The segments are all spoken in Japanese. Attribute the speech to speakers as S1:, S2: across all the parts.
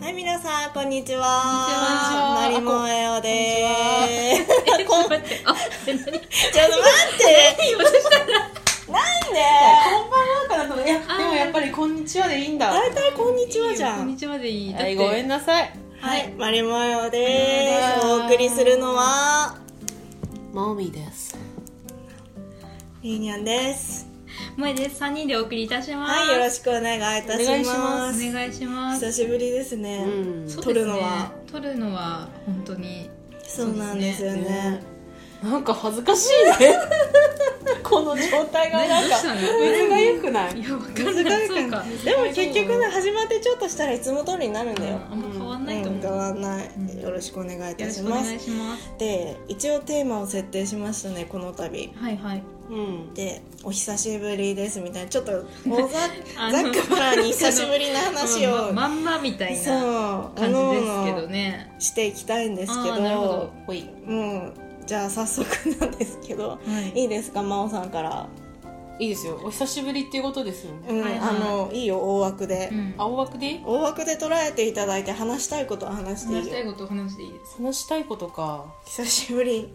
S1: はい、皆さん、こんにち
S2: は
S1: は。マリモエオで
S2: えちょっと待ってあえ何
S1: す。ちょっと待って、
S2: 今そしたら
S1: なんで
S3: こんばんはからのいやでもやっぱりこんにちはでいいんだ。
S1: 大体こんにちはじゃ
S2: いいよこんに
S1: ん。
S2: ちはでいいだっ
S3: は
S2: て
S3: いごめんなさい。
S1: はい、マリモエオです。
S3: はい
S1: お送りするのは、
S3: マミです。
S1: リーニャンです。
S2: 萌えです3人でお送りいたします
S1: はい、よろしくお願いいたしま
S3: お
S1: す。
S2: お願いします
S1: 久しぶりですね。
S3: うん
S2: そう
S1: 撮る
S2: ですね
S1: のは
S2: 撮るのは本当に
S1: そうなんですよね。
S3: なんか恥ずかしい ね。この状態がな
S2: ね
S3: んか
S2: どうしたの
S3: 水が良くない。
S2: いやわか
S1: 難
S2: んな
S1: し
S2: いそう
S1: い
S2: か
S1: かでも結局ね始まってちょっとしたらいつも通りになるんだよ、
S2: あんま変わん
S1: う
S2: ないと思
S1: ん、
S2: う
S1: 変わんな
S2: うん
S1: いよろしくお願いい
S2: よ
S1: た
S2: ろし
S1: し
S2: くお
S1: ます
S2: 願いします
S1: で一応テーマを設定しましたねこの度
S2: はいはい
S3: うん。
S1: で「お久しぶりです」みたいなちょっと大ざ
S2: あの
S1: ざっくばらんに久しぶりな話
S2: う
S1: を
S2: んままんまみたいな
S1: そう
S2: 感じですけど
S1: おのおの
S2: ね
S1: していきたいんですけ
S2: あ
S1: ど
S2: ーなるほど
S3: ほい。
S1: うんじゃあ早速なんですけど
S2: はい
S1: いいですか真央さんから、
S3: いいですよ。お久しぶりっていうことですよね。
S1: うん
S2: はいはい
S1: あのいいよ大枠で、
S2: うん
S3: 青枠で
S1: 大枠で捉えていただいて話したいことを話してい
S2: 話した
S1: い
S2: い
S1: よ
S2: ことを話していいです
S3: 話したいことか。
S1: 久しぶり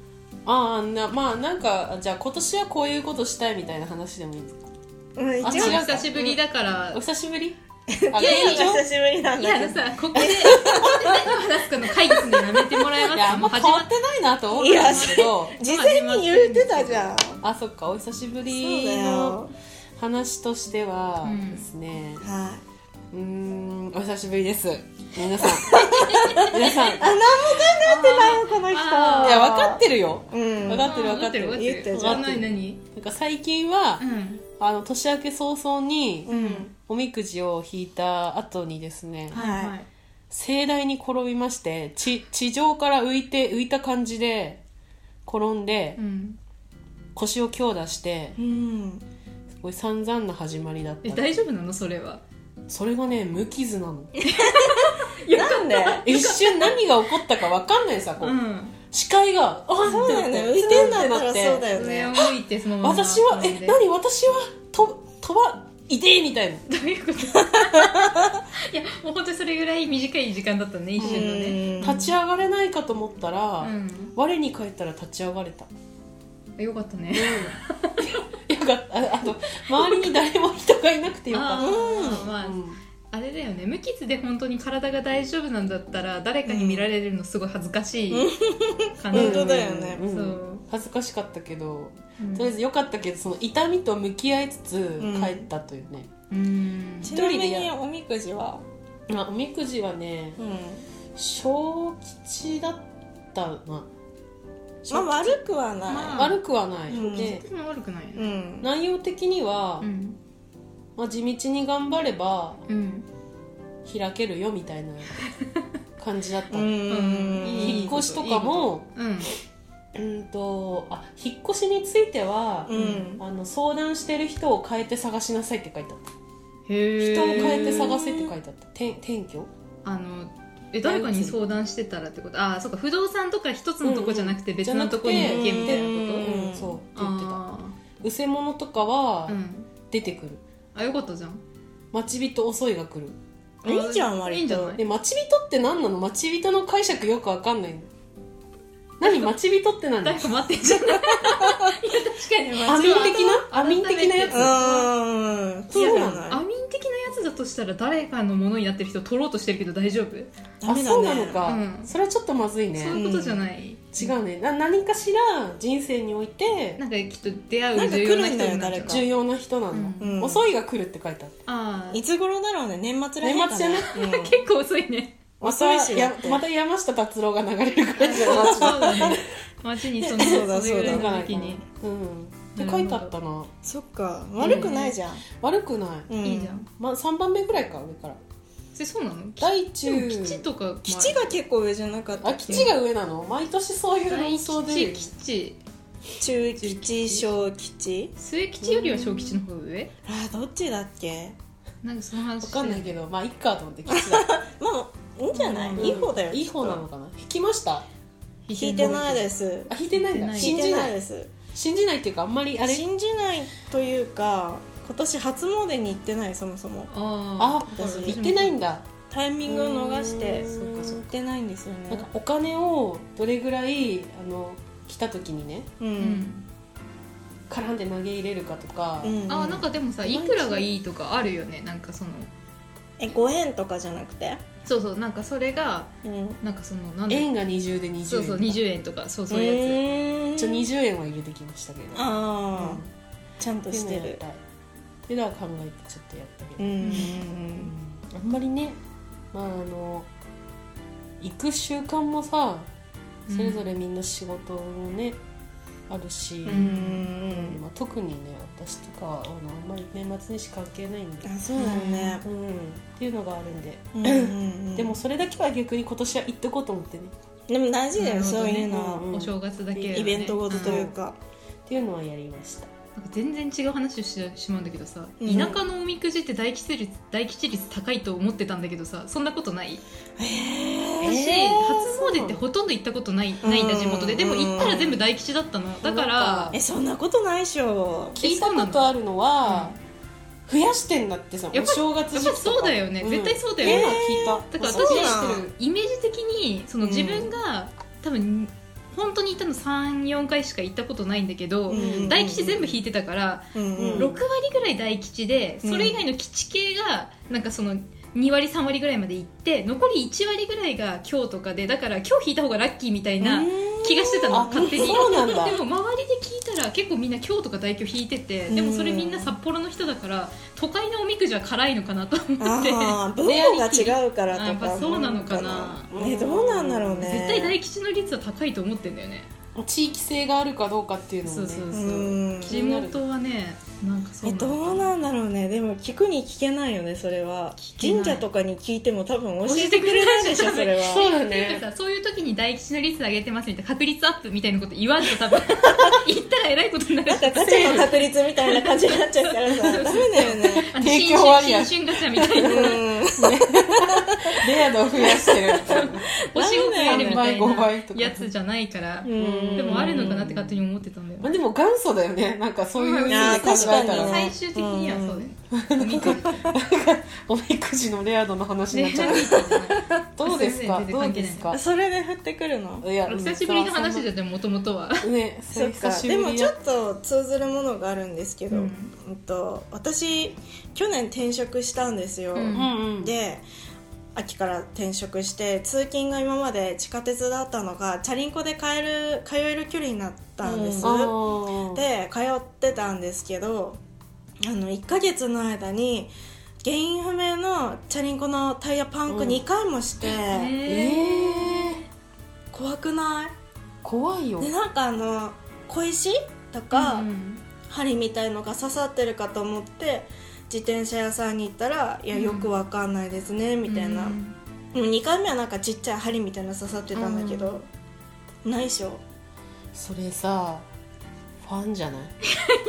S3: ああなまあなんかじゃあ今年はこういうことしたいみたいな話でもいいですか。
S1: うん一応
S3: あ
S2: 一
S3: 違う
S2: 応
S3: か
S2: 久しぶりだから
S3: お久しぶ り。あ
S2: いやいや
S3: 現状
S1: 久しぶりなん
S2: い
S1: だ
S2: や
S1: け
S2: あの
S1: ど
S2: さここでここで何を話すかの会議するのやめてもらえま
S3: い
S2: す
S3: やあ
S2: か
S3: ん
S2: も
S3: ま
S2: う
S3: 変
S2: 始
S3: わ
S2: ま
S3: っ
S2: って
S3: ないなと思ったんですけど。
S1: 事前に言ってたじゃん
S3: あそっかお久しぶ
S1: そうだ
S3: りの
S1: よ
S3: 話としては
S2: うん
S3: ですね
S1: は
S3: うーんお久しぶりです皆さん 皆さんい
S1: いあ何も考えてないよこの人
S2: あー
S3: や分かってるよ
S1: うん
S3: 分かってる分かってる
S2: 分
S1: 言ってる
S2: 分かんない何
S3: なんか最近は、
S2: うん
S3: あの年明け早々に
S1: うん
S3: おみくじを引いた後にですね
S2: はいは
S1: はい
S3: 盛大に転びまして地地上から浮いて浮いた感じで転んで
S2: うん
S3: 腰を強打して
S1: うん
S3: すごい散々な始まりだっ
S2: え
S3: た
S2: 大丈夫なのそれは
S3: それがね無傷なの
S1: なんで
S3: 一瞬何が起こったか分かんないさこう、
S2: うん
S3: 視界があっ
S1: そうだよね浮い
S3: て
S1: て
S3: ん
S1: ん
S3: だ
S1: だ
S3: よ
S1: か
S3: だっ
S1: ら
S3: て
S1: そうだよ
S2: 上を
S1: ね
S2: 向いてそのまま
S3: 私は
S2: 転ん
S3: え
S2: で
S3: 何私はと飛ばいてえみたいな
S2: どういうこと いやもう本当にそれぐらい短い時間だったね一
S1: う
S2: 瞬のね
S1: ん
S3: 立ち上がれないかと思ったら、
S2: う
S3: 我に返ったら立ち上がれ た
S2: んよかったね
S3: よかったああと周りに誰も人がいなくてよかっ
S2: ああま
S3: た、
S2: あ
S3: うん
S2: あれだよね無傷で本当に体が大丈夫なんだったら誰かに見られるのすごい恥ずかしい感じ
S1: 本当だよね
S3: うん
S2: そう
S3: 恥ずかしかったけど、
S2: うん
S3: とりあえずよかったけどその痛みと向き合いつつ
S1: うん
S3: 帰ったというね、
S2: うん
S1: ちなみにおみくじは
S3: あおみくじはね
S1: うん
S3: 小吉だったな
S1: まあ悪くはな
S2: まあ
S3: 悪くはない、
S1: うん
S3: で
S2: でも悪くないよ
S1: いうん
S2: ね
S3: 内容的には、
S2: うん
S3: まあ、地道に頑張れば
S2: うん
S3: 開けるよみたいな感じだった、
S1: うん
S3: 引っ越しとかも
S2: うん
S3: うんとあ引っ越しについては
S1: う、ん
S3: あの相談してる人を変えて探しなさいって書いてあった
S2: へえ
S3: 人を変えて探せって書いてあった転転居
S2: あのえ誰かに相談してたらってことああそうか不動産とか一つのとこじゃなくて別のとこに行けみたいな
S1: う
S2: こ
S1: ん
S3: うんそうって
S2: と
S3: 言ってた
S2: あ
S3: うせ者とか
S2: あ
S3: は
S2: うん
S3: 出てくる
S2: あよかったじゃん
S3: 待ち人遅いが来る
S1: いいじゃん割と
S2: いいんじゃない
S3: で待ち人って何なの待ち人の解釈よくわかんないの何待ち人って何
S2: 誰か待ってんじゃないいや確かに待ち
S3: アミン的な
S2: 改
S3: ア
S2: め
S3: ミ
S2: て
S3: ン的なやつ
S1: うんそうじゃない
S2: アミン的なやつだとしたら誰かのものになってる人を取ろうとしてるけど大丈夫、
S1: ダ
S3: あ
S1: メだね
S3: そうなのか、
S2: うん
S3: それはちょっとまずいね
S2: そういうことじゃない、
S3: 違うねな何かしら人生において
S2: なんかきっと出会
S1: な
S2: うん
S1: か
S2: 重
S1: 来る
S2: 要
S1: んだよ
S2: な人になっちゃう
S1: 誰か
S3: 重要な人なんだ、
S1: うんうん
S3: 遅いが来るって書いてあっ
S2: ああ
S1: いつ頃だろうね年末らへんかな
S3: 年
S1: うん
S2: 結構遅 いね
S3: たま
S1: 遅いした
S3: や
S1: だって
S3: また山下達郎が流れるくらいじゃ
S2: そう
S3: な
S2: だね街にその
S1: そうだ
S2: それぐらい
S1: そうだ
S2: の時に
S3: うんって
S2: なる
S3: 書
S2: ほど
S3: いてあったな
S1: そっか悪くないじゃん、
S3: 悪くない、
S1: うん
S2: いいじゃん
S3: まあ、3番目ぐらいか上から
S2: それそうなのき
S3: 大
S2: でも
S3: 中
S2: 基地とか
S1: 基地が結構上じゃなかった
S3: あ
S1: っけ
S3: 基地が上なの毎年そういう論
S2: 大
S3: 争
S2: 基地
S3: で
S2: 基地
S1: 中基地小基地
S2: 末吉よりは小吉の方が上
S1: あどっちだっけ
S2: なんかその話
S3: 分かんないけどまあいっかと思って基地だ
S1: まあいいんじゃない、
S3: うん
S1: いい方だよ
S3: いい方なのかな引きました
S1: 聞いて
S2: い
S1: ないです
S3: あ引いてないんだ
S2: 引
S3: 信
S1: 聞い
S3: じ
S1: て
S3: な
S1: ない
S3: い
S1: です
S3: 信じないっていうかあんまりあれ
S1: 信じないというか今年初詣に行ってないそもそも
S2: あ
S3: あ
S2: あ
S1: 私
S3: 行ってないんだ
S1: タイミングを逃して
S2: そっかそっ
S1: 売っ
S2: か
S1: てないんですよ
S3: なん
S1: ね
S3: かお金をどれぐらいあの来た時にね
S1: う、
S2: うんん
S3: 絡んで投げ入れるかとか、
S1: うん
S2: あなんかでもさいくらがいいとかあるよねなんかその
S1: え5円とかじゃなくて、
S2: そうそうなんかそれが
S1: うん、
S2: なんかそのなんだ
S3: 円が20で20円
S2: そうそう20円とかそうそういうや
S1: え
S2: つ、
S3: ちょ20円は入れてきましたけど
S1: ああ、
S3: うん
S1: ちゃんと
S3: ってい
S1: し
S3: うのや
S1: て
S3: っ
S1: る
S3: たいっていうのは考えてちょっとやったけ
S1: う
S3: ど、
S1: ん、
S3: うんあんまりね、まあ、あの行く習慣もさそれぞれみんな仕事もね、あるし、
S2: うん
S3: まあ、特にね私とかはあのあんまり年末年始関係ないんで、
S1: あそうだよね、
S3: うん、っていうのがあるんで、
S1: うんうんうん
S3: でもそれだけは逆に今年は行っとこうと思ってね
S1: でも大事だよ、
S2: なるほ
S1: そ
S2: ど
S1: う
S2: ね
S1: いうのは、
S3: うん
S2: お正月だけ、
S1: イベントごとというか、
S3: っていうのはやりました
S2: うんなんか全然違う話をしてしまうんだけどさ、
S1: うん
S2: 田舎のおみくじって大吉率大吉率高いと思ってたんだけどさそんなことない
S1: へ
S2: 私、
S1: え
S2: 初詣ってほとんど行ったことない
S1: うん
S2: ないんだ地元ででも
S1: うん
S2: 行ったら全部大吉だったのだか
S3: なん
S2: ら
S3: か
S1: えそんなことないっしょ
S2: え
S3: 聞いたことあるのは、増やしてんだってさ
S2: や
S3: お
S2: っぱ
S3: 正月
S2: やっ
S3: 時
S2: ぱ
S3: 期と
S2: そう
S3: か
S2: だよね、
S3: ん
S2: 絶対そうだよ
S1: え
S2: ね、
S1: ー
S3: 今聞いた
S2: だから
S1: そうな
S2: 私
S1: ん
S2: してるイメージ的にその
S1: うん
S2: 自分が、多分本当に行ったの34回しか行ったことないんだけど、
S1: うん
S2: 大吉全部引いてたから、
S1: うん
S3: うん
S2: 6割ぐらい大吉で
S1: うん
S2: それ以外の吉系がなんかその2割3割ぐらいまで行って残り1割ぐらいが今日とかでだから今日引いた方がラッキーみたいな気がしてた
S3: あ
S2: の勝手に
S3: そうなんだ
S2: でも周りで聞いたら結構みんな今日とか大凶引いててでもそれみんな札幌の人だから都会のおみくじは辛いのかなと思って
S1: ああ 文化が違うから
S2: あや
S1: と
S2: っ
S1: か
S2: ぱそうなのかな
S1: うんえどうなんだろうね
S2: 絶対大吉の率は高いと思ってんだよね
S3: 地域性があるかどうかっていうのをね
S2: そうそうそう、
S1: うん
S2: 地元はねなんかそう
S1: え
S2: な
S1: ど
S2: の
S1: う
S2: かな
S1: なんだろうねでも聞くに聞けないよねそれは
S2: 聞けない
S1: 神社とかに聞いても多分教えてくれないでしょそれ
S3: そ
S1: は
S3: うだ
S2: なん
S3: ね
S2: かさそういう時に大吉の率上げてますみたいな確率アップみたいなこと言わんと 多分言ったらえらいことになる
S1: なんかガチャの確率みたいな感じになっちゃうからさダメだよね
S2: あの
S3: 提
S2: 新
S3: 供
S2: 春
S3: 割合
S2: 新春ガチャみたいな
S1: うん
S3: レア度を増やしてるみ たいな
S2: お仕事やるみたい
S3: 何倍5倍と
S2: な
S3: か
S2: やつじゃないから
S1: うん
S2: でもあるのかなって勝手に思ってたんだよ
S3: ま
S2: ね
S3: あでも元祖だよねなんかそういうふうに考
S1: まあ
S3: えた
S1: 確
S3: ら、
S1: かにね
S2: 最終的にはそうだよね
S3: おみくじのレア度の話になっちゃう、どうですか
S2: 全然関係
S3: ど
S2: ないう
S3: ですか
S1: それで振ってくるの
S3: いや
S2: 久しぶりの話だよねもともとは
S3: ね
S1: そっ
S3: 久
S1: か
S3: し
S1: で
S3: ぶ
S1: も
S3: り
S1: ちょ
S3: や
S1: っと通ずるものがあるんですけど、
S2: う
S1: うんんと、私去年転職したんですよ、
S2: うん
S3: うんうん
S1: で秋から転職して通勤が今まで地下鉄だったのがチャリンコで帰る通える距離になったんです、
S3: あー
S1: で通ってたんですけどあの1ヶ月の間に原因不明のチャリンコのタイヤパンク
S3: うん
S1: 2回もして、
S3: えー
S1: 怖くない
S3: 怖いよ
S1: でなんかあの小石とか、針みたいのが刺さってるかと思って自転車屋さんに行ったら「いや
S2: うん
S1: よくわかんないですね」みたいな、もう2回目はなんかちっちゃい針みたいなの刺さってたんだけど、ないっしょ
S3: それさファンじゃない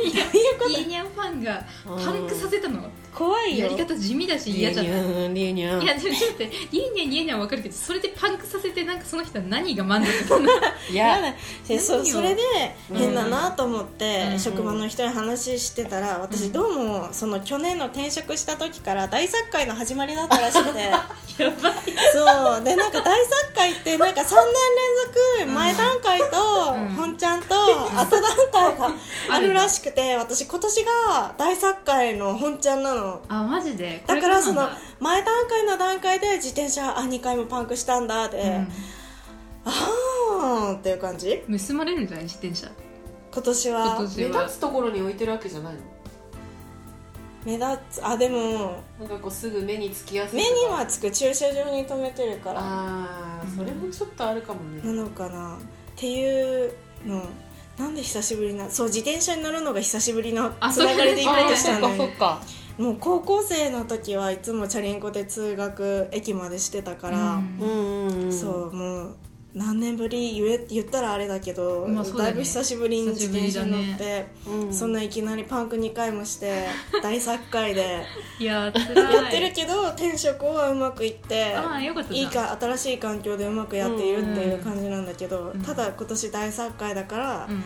S2: イエニャンファンがパンクさせたの
S1: 怖い
S2: や
S1: よ
S2: り方地味だし嫌じゃない
S3: いニュ
S2: いやでもちょっと待ってイエニャンイエニャンは分かるけどそれでパンクさせてなんかその人は何が満足したの
S3: い
S1: や
S3: や
S1: だでそ
S2: 何よ
S1: それで
S3: うん
S1: 変だなと思っ
S2: う
S1: て、
S2: んうん
S1: 職場の人に話してたら
S2: う
S1: 私
S2: ん
S1: どうもその去年の転職した時から大作会の始まりだったらしくて
S2: やばい
S1: そうでなんか大作会ってなんか3年連続前段階と
S2: うん
S1: 本ちゃんと後段階が あるらしくて私今年が大作会の本ちゃんなの
S2: あマジでこ
S1: だ
S2: れ
S1: からその
S2: なんだ
S1: 前段階の段階で自転車あ2回もパンクしたんだで、あーんっていう感じ
S2: うん盗まれるんじゃない自転車
S1: 今年
S2: 今
S1: は
S2: 年
S3: 目
S2: は
S3: 立つところに置いてるわけじゃないの
S1: 目立つあでも
S3: なんかこうすぐ目につきやすい
S1: 目
S3: と
S1: に
S3: か
S1: はつく駐車場に止めてるから
S3: ああそれもちょっとあるかも
S1: な
S3: ね
S1: のかなっていうのなんで久しぶりなそう自転車に乗るのが久しぶりの
S2: あ
S1: つながりで行こうとし
S2: そ
S1: た
S2: う
S1: の
S3: あーそっ
S1: に
S3: か
S1: もう高校生の時はいつもチャリンコで通学駅までしてたから、
S2: うん
S3: そっかうん
S1: そうもう何年ぶり言え言ったらあれだけど、
S2: まあそうだ
S1: だ
S2: ね
S1: いぶ久しぶりに自転車乗
S2: 久し
S1: っ
S2: ぶ
S1: て、
S2: り
S3: うん
S1: そんないきなりパンク2回も して大作会で
S2: いやー辛い
S1: やってるけど転職はうまくいって
S2: ああよかったじゃん
S1: いいか新しい環境でうまくやっているっていう感じなんだけど、
S2: うん
S1: ただ今年大作会だから、
S2: うん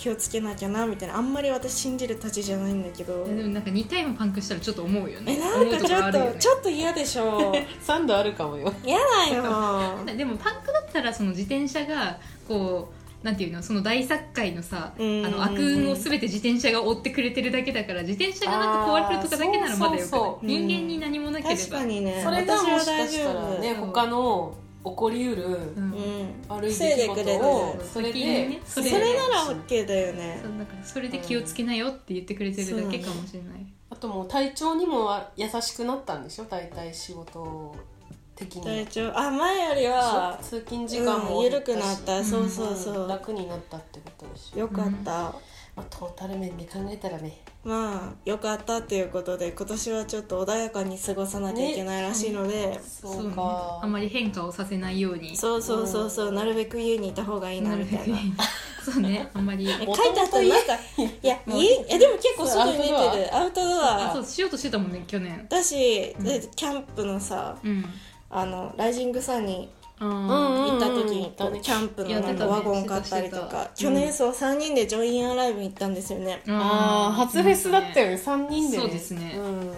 S1: 気をつけなきゃなみたいなあんまり私信じるたちじゃないんだけど
S2: えでもなんか2回もパンクしたらちょっと思うよね
S1: えなんかちょっ
S2: 思う
S1: と
S2: ころあるよね
S1: ちょっと嫌でしょ
S3: 3度あるかもよ
S1: 嫌だよ
S2: でもパンクだったらその自転車がこうなんていうのその大殺界のさ、
S1: うん
S2: あの悪運を全て自転車が追ってくれてるだけだから自転車がなんか壊れるとかだけならまだよくない
S3: あーそうそうそう
S2: 人間に何もなければ
S1: 確かにね
S3: それが
S1: 私
S3: も
S1: は
S3: しか
S1: 大丈
S3: したら
S1: 夫
S3: ね
S2: そう
S3: 他の起こりうる
S2: う
S1: う
S2: ん
S1: ん
S3: 悪い出
S1: 防
S3: 来
S1: いで
S3: 事
S1: く
S3: を
S1: れる
S3: それ
S2: 先にね
S3: で
S2: そ
S1: そ
S2: れ
S1: れ
S2: で
S1: なら OK だよね
S2: そうだからそれで気をつけなよって言ってくれてるだけかもしれない、
S3: あともう体調にも優しくなったんでしょ大体仕事的
S1: 体
S3: に
S1: 調あ前よりは
S3: 通勤時間も
S1: うん
S3: 減
S1: 緩くなったそうそう
S3: うん
S1: そ
S3: 楽になったってことでし
S1: う
S3: ょ、
S1: よかった
S3: まあ、トータル面で考えたらね
S1: まあよかったっていうことで今年はちょっと穏やかに過ごさなきゃいけないらしいので
S3: そう
S2: ね
S3: か
S2: あんまり変化をさせないように
S1: そうそうそうそうなるべく家にいた方がいいな
S2: なる
S1: み
S2: べ
S1: たい
S2: く
S1: な
S2: ねそうねあんまり
S1: え
S3: も
S1: 書
S3: ともと
S1: いてあったらなんかいや家えでも結構外に出てるアウトド
S2: あそう
S1: ア
S2: しようとしてたもんね去年
S1: だし
S2: うん
S1: でキャンプのさ
S2: うん
S1: あのライジングサンに
S2: あー
S3: う
S1: 行
S3: ん
S1: った時
S3: うんうん行
S1: に
S3: ったね
S1: キャンプのなんかワゴン買ったりと
S2: やっ
S1: か去年そう3人でジョインアライブ行ったんですよね
S3: あ
S2: ー
S3: あ初フェスだったよね3人で、
S2: そうですね
S3: うん、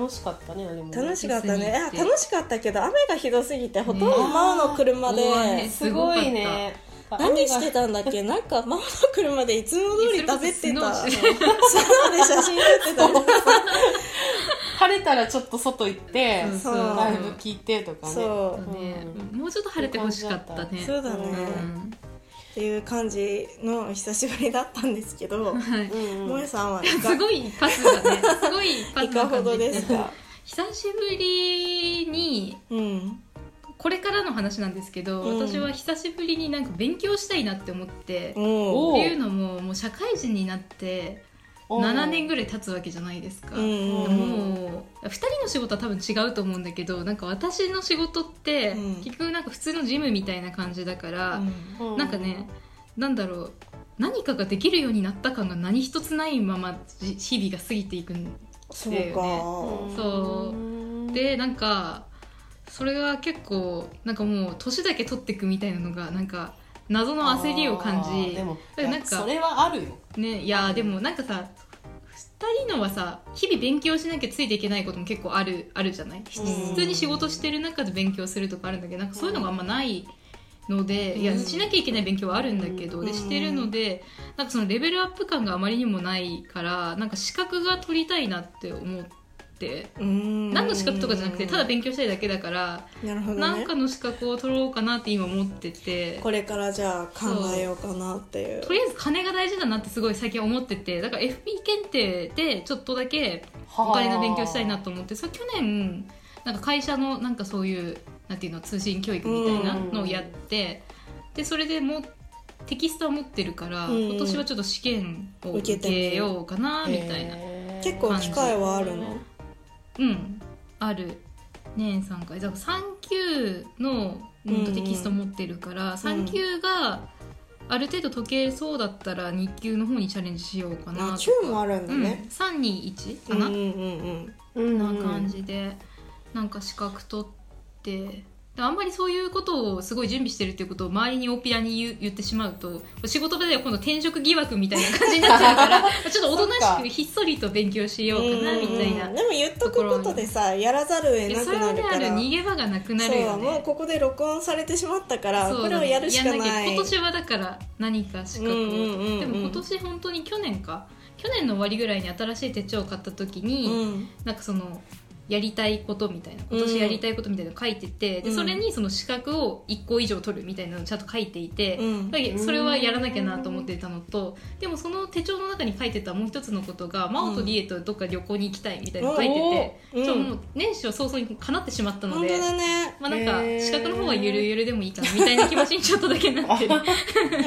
S3: 楽しかったねあれも
S1: 楽しかった
S2: フェスに
S1: ね
S2: 行っ
S1: あ
S2: て
S1: 楽しかったけど雨がひどすぎてほとんど真央の車で
S2: ね大雨
S3: すごいね
S1: 何してたんだっけなんか真央の車でいつも通り食べてた
S2: そ
S1: そう
S2: れ
S1: で
S2: こそスノーして
S1: 写真撮ってたね
S3: 晴れたらちょっと外行って
S2: うん
S1: そう
S3: ライブ聞いてとかね
S1: そ
S2: そうね
S3: う
S2: もうちょっと晴れてほしかったね
S1: うそうだね
S2: うん
S1: っていう感じの久しぶりだったんですけど
S2: はい
S3: うん
S1: もえさんはいか
S2: すごいパスだねすごいパ
S1: い
S2: スな
S1: かほ
S2: 感
S1: ど
S2: じ
S1: ですか
S2: 久しぶりに
S1: うん
S2: これからの話なんですけど、
S1: うん
S2: 私は久しぶりになんか勉強したいなって思って、っ
S1: おう
S3: お
S2: ていうのももう社会人になって7年
S3: ぐ
S2: ぐらい経つわけじゃないですか、
S1: うんうん
S2: もう2人の仕事は多分違うと思うんだけどなんか私の仕事って、
S1: うん
S2: 結局なんか普通のジムみたいな感じだから、
S1: うん
S2: なんかねなんだろう何かができるようになった感が何一つないままじ日々が過ぎていくん
S1: そう
S2: だよね
S1: か
S2: そうでなんかそれが結構なんかもう年だけ取っていくみたいなのがなんか謎の焦りを感
S3: あー
S2: じ
S3: でも
S2: えなんか
S3: それはあるよ
S2: ねいやーでもなんかさ2人のはさ日々勉強しなきゃついていけないことも結構あるあるじゃない普通に仕事してる中で勉強するとかあるんだけどなんかそういうのがあんまないので、
S3: うん
S2: いやしなきゃいけない勉強はあるんだけど、
S1: うん
S2: でしてるのでなんかそのレベルアップ感があまりにもないからなんか資格が取りたいなって思って。
S1: うん
S2: 何の資格とかじゃなくてただ勉強したいだけだから
S1: なるほど
S2: なん
S1: ね
S2: かの資格を取ろうかなって今思ってて
S1: これからじゃあ考えようかなっていう
S2: とりあえず金が大事だなってすごい最近思っててだから FP 検定でちょっとだけお金の勉強したいなと思ってそれ去年なんか会社のなんかそういうなんていうの通信教育みたいなのをやってでそれでもうテキストは持ってるから
S1: うん
S2: 今年はちょっと試験を受けようかなみたいな
S1: 結構機会はあるの
S2: うんある年3回だから3級の、うん
S1: うんう
S2: と
S1: ん
S2: テキスト持ってるから、3級がある程度解けそうだったら2級の方にチャレンジしようかな
S1: あ
S2: とか
S1: 9もあるんだね
S2: うん、321
S1: う
S2: か
S1: んう
S2: な、
S1: んうん
S3: な
S2: な感じでなんか資格取ってであんまりそういうことをすごい準備してるっていうことを周りに大っぴらに言う言ってしまうと仕事場では今度転職疑惑みたいな感じになっちゃう からちょっとおとなしくひっそりと勉強しようかなみたいな
S1: うんうんうんでも言っとくことでさやらざるを得
S2: いや
S1: な
S2: そ
S1: く
S2: れ
S1: な
S2: はね
S1: る
S2: あ
S1: か
S2: る
S1: ら
S2: 逃げ場がなくなるよ
S1: そうもう
S2: ね
S1: ここで録音されてしまったから
S2: そう
S1: これをやるしか
S2: ん
S1: な
S2: きゃ
S1: い
S2: 今年はだから何か資格を、
S1: うんうんうんうん
S2: でも今年本当に去年か去年の終わりぐらいに新しい手帳を買った時に、
S1: うん
S2: なんかそのやりたいことみたいな今年やりたいことみたいなの書いてて、でそれにその資格を1個以上取るみたいなのをちゃんと書いていて、
S1: うん
S2: やっぱりそれはやらなきゃなと思っていたのとでもその手帳の中に書いてたもう一つのことが真央とリエとどっか旅行に行きたいみたいなの書いてて、
S1: うん
S2: ちょっともう年初早々にかなってしまったの
S1: 本当
S2: で。
S1: だね
S2: まあなんか
S3: へー
S2: 資格の方はゆるゆるでもいいかなみたいな気持ちにちょっとだけなってる
S1: でも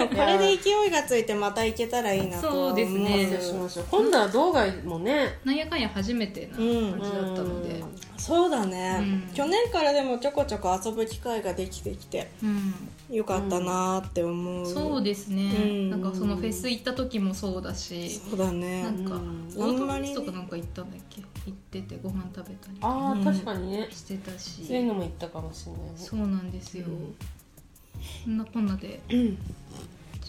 S1: これで勢いがついてまた行けたらいいなとは思
S2: そうですね
S3: 勉強しましょう今度は動画もね
S2: なんやかんや初めてな感じだったので、
S1: そうだね、
S2: うん
S1: 去年からでもちょこちょこ遊ぶ機会ができてきて
S2: うん
S1: よかったなーって思う、
S2: そうですね、
S1: うん
S2: なんかそのフェス行った時もそうだし、
S1: そうだね
S2: なんか
S3: うん
S2: オ
S1: あ
S2: ートバ
S1: んま
S2: イ
S1: り
S2: とかなんか行ったんだっけ行っててご飯食べたりとか
S3: あ
S1: う
S3: あ
S1: ん
S3: 確かにね
S2: してたし、
S3: そういうのも言ったかもしれないね
S2: そうなんですよ、
S3: うん
S2: そんなこんなで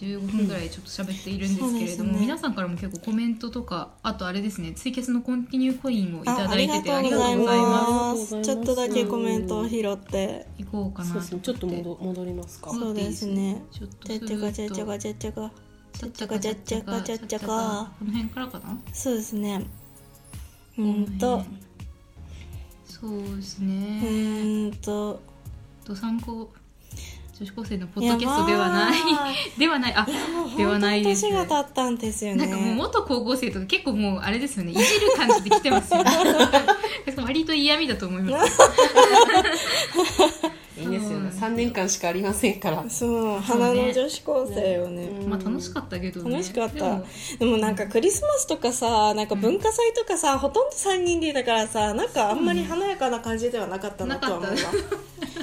S2: 15分ぐらいちょっと喋っているんですけれど
S1: う
S2: も、
S1: んそうですね
S2: 皆さんからも結構コメントとかあとあれですねツイキャスのコンティニューコインをいた
S1: ああ
S2: だ
S1: り
S2: いて
S1: が
S2: て
S1: と
S2: あ
S1: う
S2: り
S1: ご
S2: がと
S1: ざいう
S2: ございます
S1: ますちょっとだけコメントを拾って
S2: 行こうかな
S3: そ
S2: と思って
S3: うですねちょっと戻戻りますか
S2: ん
S1: そうですね
S2: ちょっと
S1: ちゃ
S2: す
S1: っち
S2: ぐ
S1: ゃかちゃっちゃか
S2: っ
S1: ちゃっちゃか
S2: とちゃっちゃかちゃっちゃかちゃっちゃかこの辺からかな
S1: そうですねうーん
S2: ことの辺そうです
S1: う
S2: ね、
S1: ーんと
S2: と参考女子高生のポッドキャストではない
S1: やまあ
S2: ではないあではないです
S1: 本当に年が経ったんですよね
S2: なんかもう元高校生とか結構もうあれですよねいじる感じで来てますよね割と嫌味だと思います
S3: いいですよ
S2: うん
S3: ね3年間しかありませんから
S1: そう花の女子高生よね
S3: うん
S2: まあ楽しかったけどね
S1: 楽しかった
S2: でも
S1: でもなんかクリスマスとかさなんか文化祭とかさ、ほとんど3人でいたからさなんかあんまり華やかな感じではなかったなとは思うわ、
S2: なか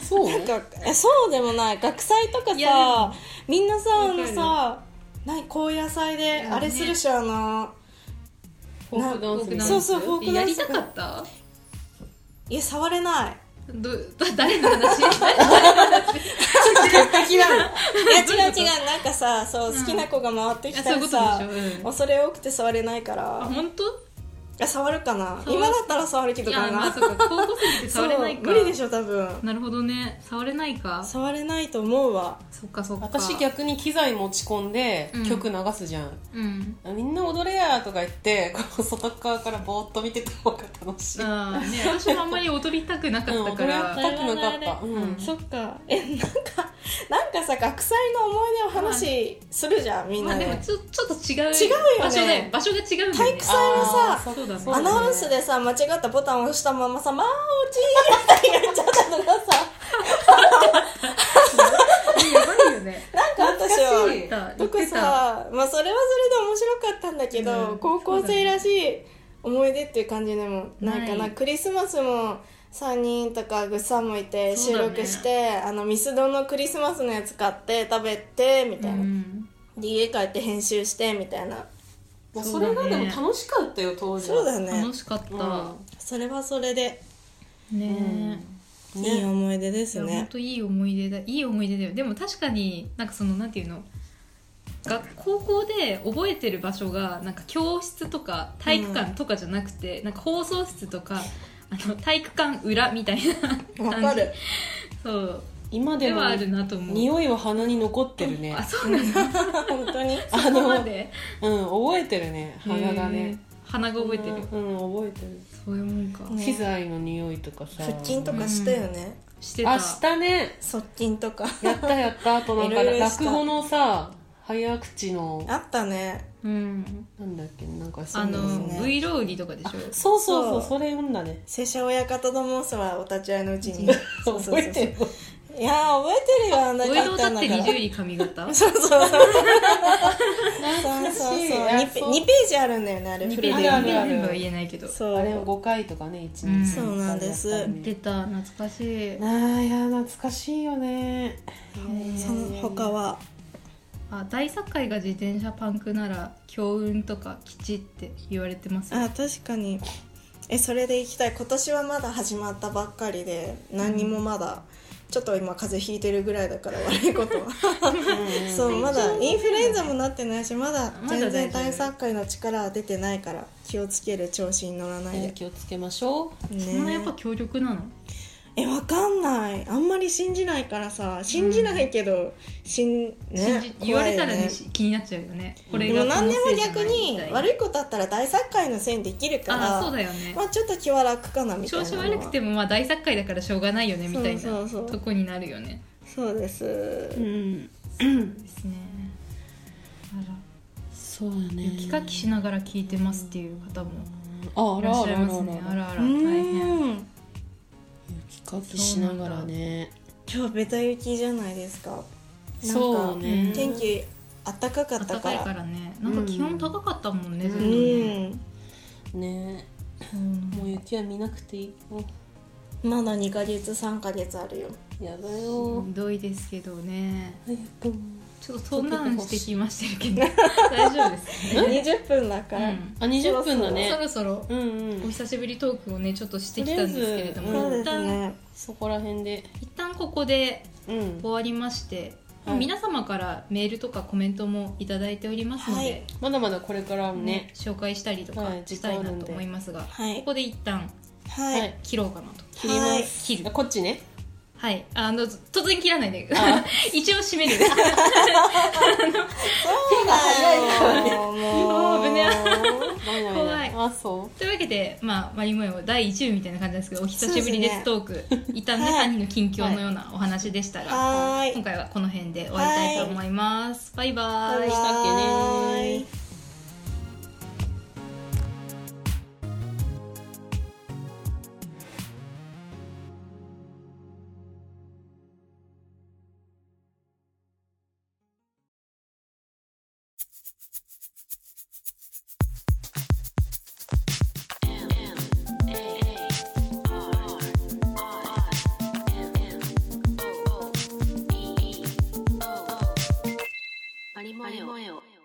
S3: そう
S1: なんかえそうでもない学祭とか
S2: いや
S1: さみんなさ
S2: わ
S1: あ
S2: かる
S1: のさ何高野祭で
S2: や
S1: あれするしょあの
S3: フォークダンスみたいな
S1: そうそうフォークダ
S2: や
S1: ン
S2: り
S1: ス
S2: たかった
S1: いや触れない
S2: ど誰の話
S1: 敵なのいや
S2: どうい
S1: 違
S2: う
S1: う
S2: こと
S1: 違 うなんかさそう
S2: うん
S1: 好きな子が回って
S2: い
S1: き
S2: やそ
S1: た
S2: ういうこ
S1: ら
S2: と
S1: さ、
S2: でしょ、うん、
S1: 恐れ多くて触れないか
S2: あ
S1: ら
S2: 本当
S1: いや触るかな
S2: 触る
S1: 今だったら触るけ
S2: い
S1: ど
S2: や
S1: か
S2: まあ
S1: な
S2: そっか高校生って触れないか
S1: そう無理でしょ多分
S2: なるほどね触れないかそ
S1: 触れないと思うわ
S2: っかそっか
S3: 私逆に機材持ち込んで
S2: うん
S3: 曲流すじゃん、
S2: うん
S3: みんな踊れやとか言ってこう外側からぼーっと見てた方が楽しい、うん
S2: あーね、私もあんまり踊りたくなかったか
S3: 踊れ
S2: ら、
S3: たくなかった、うん
S2: うん
S1: そっかえなんかなんかさ学祭の思い出を話するじゃんみん
S2: ま
S1: な
S2: あでも
S1: で
S2: ちょちょっと違う
S1: 違うよね
S2: 場所で場所が違うんだよ
S1: 体
S2: ね
S1: 育祭は
S3: あー
S1: さ
S2: そうだね
S1: アナウンスでさ間違ったボタンを押したままさ「まあおじい」って言っちゃったのがさ
S2: やばいよね
S1: なんか私
S3: 懐かし
S1: はい僕さまあそれはそれで面白かったんだけど、
S2: うん
S1: 高校生らしい思い出っていう感じでもないかな
S2: ない
S1: クリスマスも3人とかぐっさんもいて
S2: そ
S1: 収
S2: うだね
S1: 録して、あのミスドのクリスマスのやつ買って食べてみたいな、で家帰って編集してみたいな
S3: まあそれがでも楽しかったよ当時は
S1: そうだね
S2: 楽しかった、
S1: それはそれで
S2: ねえ、
S3: うん
S1: いい
S3: ね
S1: 思い出です
S2: いや本
S1: ね
S2: 当いい思い出だいい思い出だよでも確かになんかそのなんていうのが高校で覚えてる場所がなんか教室とか体育館とかじゃなくて、なんか放送室とかあの体育館裏み たいな
S1: わ
S2: 感じ
S1: かる
S2: そう
S3: 今で
S2: で
S3: も
S2: はあるなと思う
S3: 匂いは鼻に残ってるね
S2: あそうなんだ
S1: 本当に
S3: あ
S2: そこ
S3: の
S2: まで
S3: うん覚えてるね鼻が
S2: へー
S3: ね
S2: 鼻が覚えてる、
S3: うん覚えてる
S2: そういうもんか、
S1: ね
S3: 機材の匂いとかさ
S1: 腹筋とかしたよね、
S2: してた
S3: あしたね
S1: 側筋とか
S3: やったやったあとなんか
S1: いろいろした
S3: 落語のさ早口の
S1: あったね
S2: うん
S3: なんだっけなんかそ
S2: あ
S3: うな
S2: の、
S3: の
S1: ね
S2: V ローリとかでしょ
S3: そうそうそう
S1: そ
S3: それ読んだね
S1: 拙者親方と申すはお立ち会いのうちにそうそうそう
S3: 覚えてる
S1: いやー覚えてるよあんな
S2: お
S1: か
S2: 色
S1: っ
S2: だ
S1: た
S2: っ
S1: んだ
S2: て
S1: から
S2: 20位 髪型
S1: そうそうそうそうそうそう
S3: しい
S1: 2ペ
S3: そう
S1: 二ページあるんだよねあれ
S2: 2
S1: フ
S2: ペ
S1: ル
S2: ー
S1: で
S2: ジ
S3: あ
S2: 全
S3: る
S2: 部
S3: ある
S2: は言えないけど
S1: そう
S3: あれを5回とかね1
S2: うん
S3: 日
S2: そう
S1: なんです
S3: あ
S2: 出た懐かしい
S3: あいや懐かしいよね
S1: その他は
S2: あ大作会が自転車パンクなら強運とか吉って言われてますよ
S1: あ確かにえそれで行きたい今年はまだ始まったばっかりで何にもまだ、ちょっと今風邪ひいてるぐらいだから悪いことはそうまだインフルエンザもなってないしまだ
S2: まだ大丈夫
S1: 全然対策会の力は出てないから気をつける調子に乗らないで、
S3: 気をつけましょう
S2: そんなやっぱ
S1: ね
S2: 強力なの
S1: えわかんないあんまり信じないからさ信じないけど、しん
S2: 信
S1: ね
S2: じ言わ
S1: 怖いよ
S2: れたらね
S1: ね
S2: し気になっちゃうよねこれ
S1: で
S2: が
S1: も何でも逆に悪
S2: い
S1: いことあったら大作会のせいにできるから
S2: あそうだよね
S1: まあちょっと気は楽かなみたいな
S2: 調子
S1: のは
S2: 悪くてもまあ大作会だからしょうがないよねみたいな
S1: そうそうそう
S2: とこになるよね
S1: そうです、
S3: うん
S2: ですねあら
S3: そうだね
S2: 雪かきしながら聞いてますっていう方も
S3: あ
S2: い
S3: あ
S2: ら
S3: ら
S2: っ
S3: あ
S2: しゃ
S3: ら
S2: い
S3: あ
S2: ます
S3: ら
S2: ねあ
S3: あら
S2: らあら
S1: う
S2: 大変
S1: ん
S3: 雪かきしながらね
S1: 今日ベタ雪じゃないですか
S3: そうね
S1: 天気あったかかっ
S2: 暖
S1: た
S2: か
S1: か
S2: い
S1: ら
S2: からねなんか気温高かったもんね、ずっ
S1: う
S2: とね
S1: ん
S3: ね
S2: うん
S3: もう雪は見なくていいよ
S1: まだ2ヶ月3ヶ月あるよ
S3: やだよ
S2: ひどいですけどね
S3: 早く
S2: ちょっとトーンダウンしてきましたけど大丈夫ですね、
S1: 20分だから、
S2: うん
S3: あ20分だね
S2: そろそろ
S3: うんう
S2: お
S3: ん
S2: 久しぶりトークをねちょっとしてきたんですけれども
S1: そうです
S2: 一旦
S1: ね
S3: そこら辺で
S2: 一旦ここで
S3: うん
S2: 終わりましてもう皆様からメールとかコメントもいただいておりますので、
S1: はい
S3: まだまだこれからもね、
S2: 紹介したりとか
S3: はい
S2: したいなと思いますが、
S1: はい
S2: ここで一旦
S1: はい、
S3: はい
S2: 切ろうかなと。
S3: 切ります
S2: 切る
S3: あ。こっちね
S2: はい。あの、突然切らないで
S3: あ。
S2: 一応締める。
S1: そうだ よ もう
S2: 危ね
S3: ないない
S2: 怖
S3: ない
S2: い
S3: あそ
S2: というわけで、まあ、マリモエを第1部みたいな感じなんですけど、お久しぶりです
S1: そ
S2: トーク。一旦ね、
S1: はい
S2: 3人の近況のようなお話でしたが、
S1: はーい
S2: 今回はこの辺で終わりたいと思います。バイバーイ。
S3: したっけね
S1: はーい
S4: マリモエオ。